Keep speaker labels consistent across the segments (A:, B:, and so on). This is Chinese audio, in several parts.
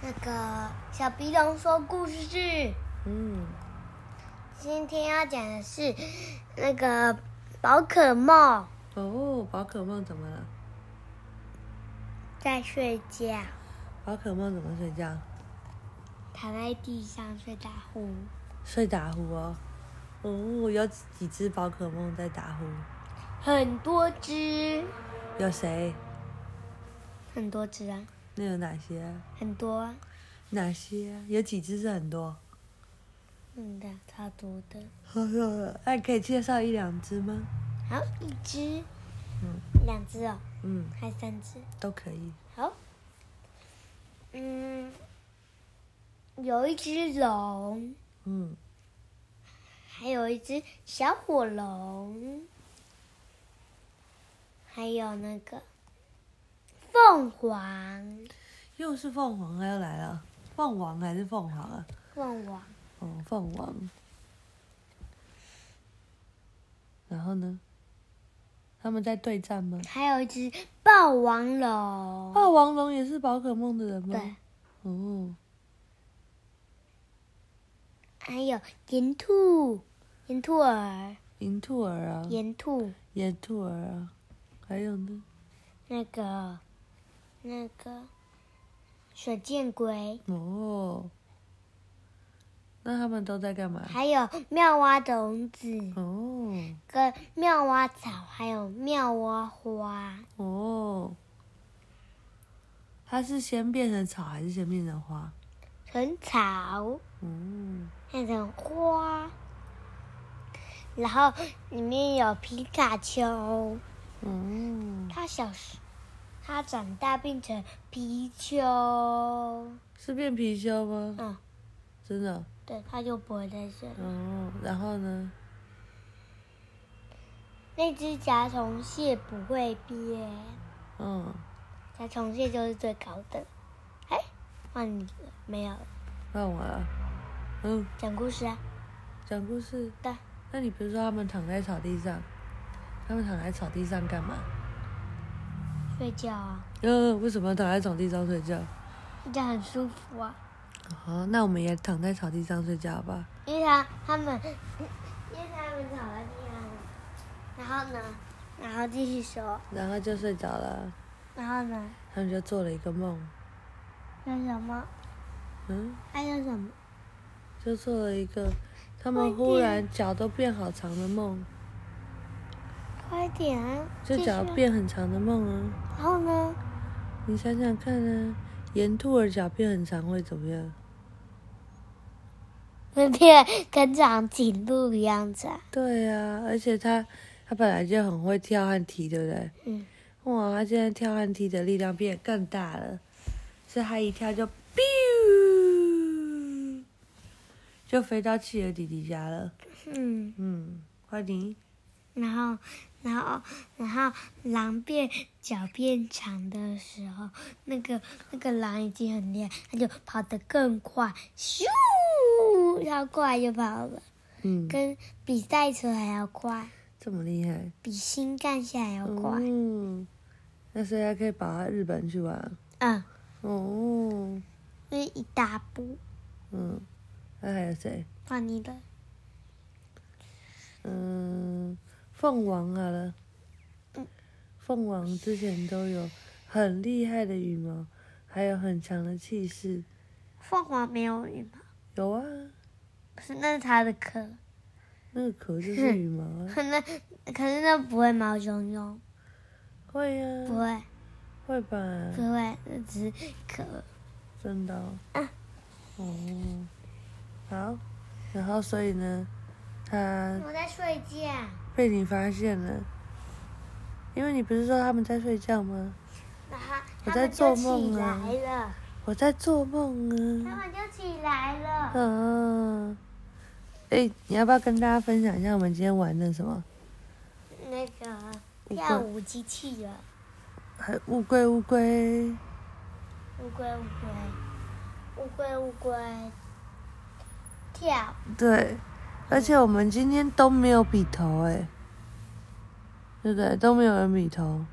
A: 那个小鼻龙说故事。
B: 嗯，
A: 今天要讲的是那个宝可梦
B: 哦，宝可梦怎么了？
A: 在睡觉，
B: 宝可梦怎么睡觉？
A: 躺在地上睡大呼。
B: 睡打呼哦。哦，有几只宝可梦在打呼？
A: 很多只，
B: 有谁？
A: 很多只啊，
B: 那有哪些啊？
A: 很多啊，
B: 哪些啊？有几只是很多？
A: 嗯的，超多的。
B: 呵呵，哎，可以介绍一两只吗？
A: 好，一只，
B: 嗯
A: 两只哦，
B: 嗯，
A: 还三只。
B: 都可以。
A: 好，嗯，有一只龙，
B: 嗯，
A: 还有一只小火龙，还有那个凤凰，
B: 又是凤凰又来了，凤凰还是凤凰啊？
A: 凤凰，
B: 哦，凤凰。然后呢？他们在对战吗？
A: 还有一只霸王龙。
B: 霸王龙也是宝可梦的人
A: 哦
B: 吗？
A: 对，
B: 哦，
A: 还有岩兔、岩兔儿、
B: 银兔儿啊，
A: 岩兔，
B: 野兔儿啊，还有呢？
A: 那个那个水箭龟，
B: 哦，那他们都在干嘛？
A: 还有妙蛙种子。
B: 哦
A: 跟妙蛙草，还有妙蛙花，
B: 哦，它是先变成草还是先变成花？
A: 成草
B: 嗯，
A: 变成花，然后里面有皮卡丘，
B: 哦，
A: 它小时，它长大变成皮丘，
B: 是变貔貅吗？
A: 嗯，
B: 真的？
A: 对，它就不会再生。
B: 哦，然后呢？
A: 那只甲虫蟹不会变，
B: 嗯，
A: 甲虫蟹就是最高的。哎，换你了，没有了
B: 换我了。嗯，
A: 讲故事啊？
B: 讲故事。
A: 对，
B: 那你比如说他们躺在草地上，他们躺在草地上干嘛？
A: 睡觉啊，
B: 嗯，为什么躺在草地上睡觉？
A: 这样很舒服啊。
B: 好，哦那我们也躺在草地上睡觉吧。
A: 因为他他们，因为他们吵在地上，然后呢，然后继续说，
B: 然后就睡着了，
A: 然后呢，
B: 他们就做了一个梦，
A: 还有什么？
B: 嗯，
A: 还有什么？
B: 就做了一个，他们忽然脚都变好长的梦，
A: 快点啊！
B: 就
A: 继续
B: 脚
A: 啊。
B: 变很长的梦啊！
A: 然后呢？
B: 你想想看啊，岩兔儿脚变很长会怎么样？
A: 会变跟长颈鹿一样子啊？
B: 对呀、而且它它本来就很会跳和踢，对不对？
A: 嗯，
B: 哇，它现在跳和踢的力量变得更大了，所以它一跳就 biu，就飞到企鹅弟弟家了。
A: 嗯，
B: 嗯，快点。
A: 然后，然后，然后狼变脚变长的时候，那个那个狼已经很厉害，它就跑得更快，咻，它过来就跑了。
B: 嗯，
A: 跟比赛车还要快，
B: 这么厉害，
A: 比新干线还要快。嗯
B: 嗯，那所以还可以跑到日本去玩。哦，
A: 嗯因为一大步
B: 嗯，那还有谁？
A: 换你了。
B: 嗯，凤凰好了
A: 嗯。
B: 凤凰之前都有很厉害的羽毛，还有很强的气势。
A: 凤凰没有羽毛，
B: 有啊，
A: 可是那是它的壳，
B: 那个壳就是羽毛啊。
A: 可能可是那不会毛茸茸，
B: 会
A: 不
B: 啊，
A: 会
B: 会吧？
A: 不会，那只是壳。
B: 真的哦、
A: 啊
B: 哦，好，然后所以呢，它
A: 我在睡觉，
B: 被你发现了，因为你不是说他们在睡觉吗？
A: 然后
B: 我
A: 它
B: 在
A: 们
B: 做
A: 就起
B: 梦啊
A: 来了，
B: 我在做梦
A: 它
B: 啊。
A: 们就起来了。
B: 嗯，哎，你要不要跟大家分享一下我们今天玩的什么？
A: 那个
B: 乌龟
A: 跳舞机器人，
B: 还乌龟乌龟，
A: 乌龟乌龟，乌龟乌龟跳。
B: 对，而且我们今天都没有比头哎，对不对？都没有人比头，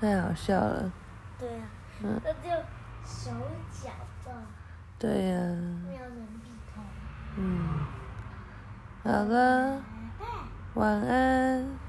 B: 太好笑了。
A: 对啊，
B: 嗯
A: 那就手脚的，
B: 对呀、
A: 没有人比头。哎
B: 嗯，好了，晚安。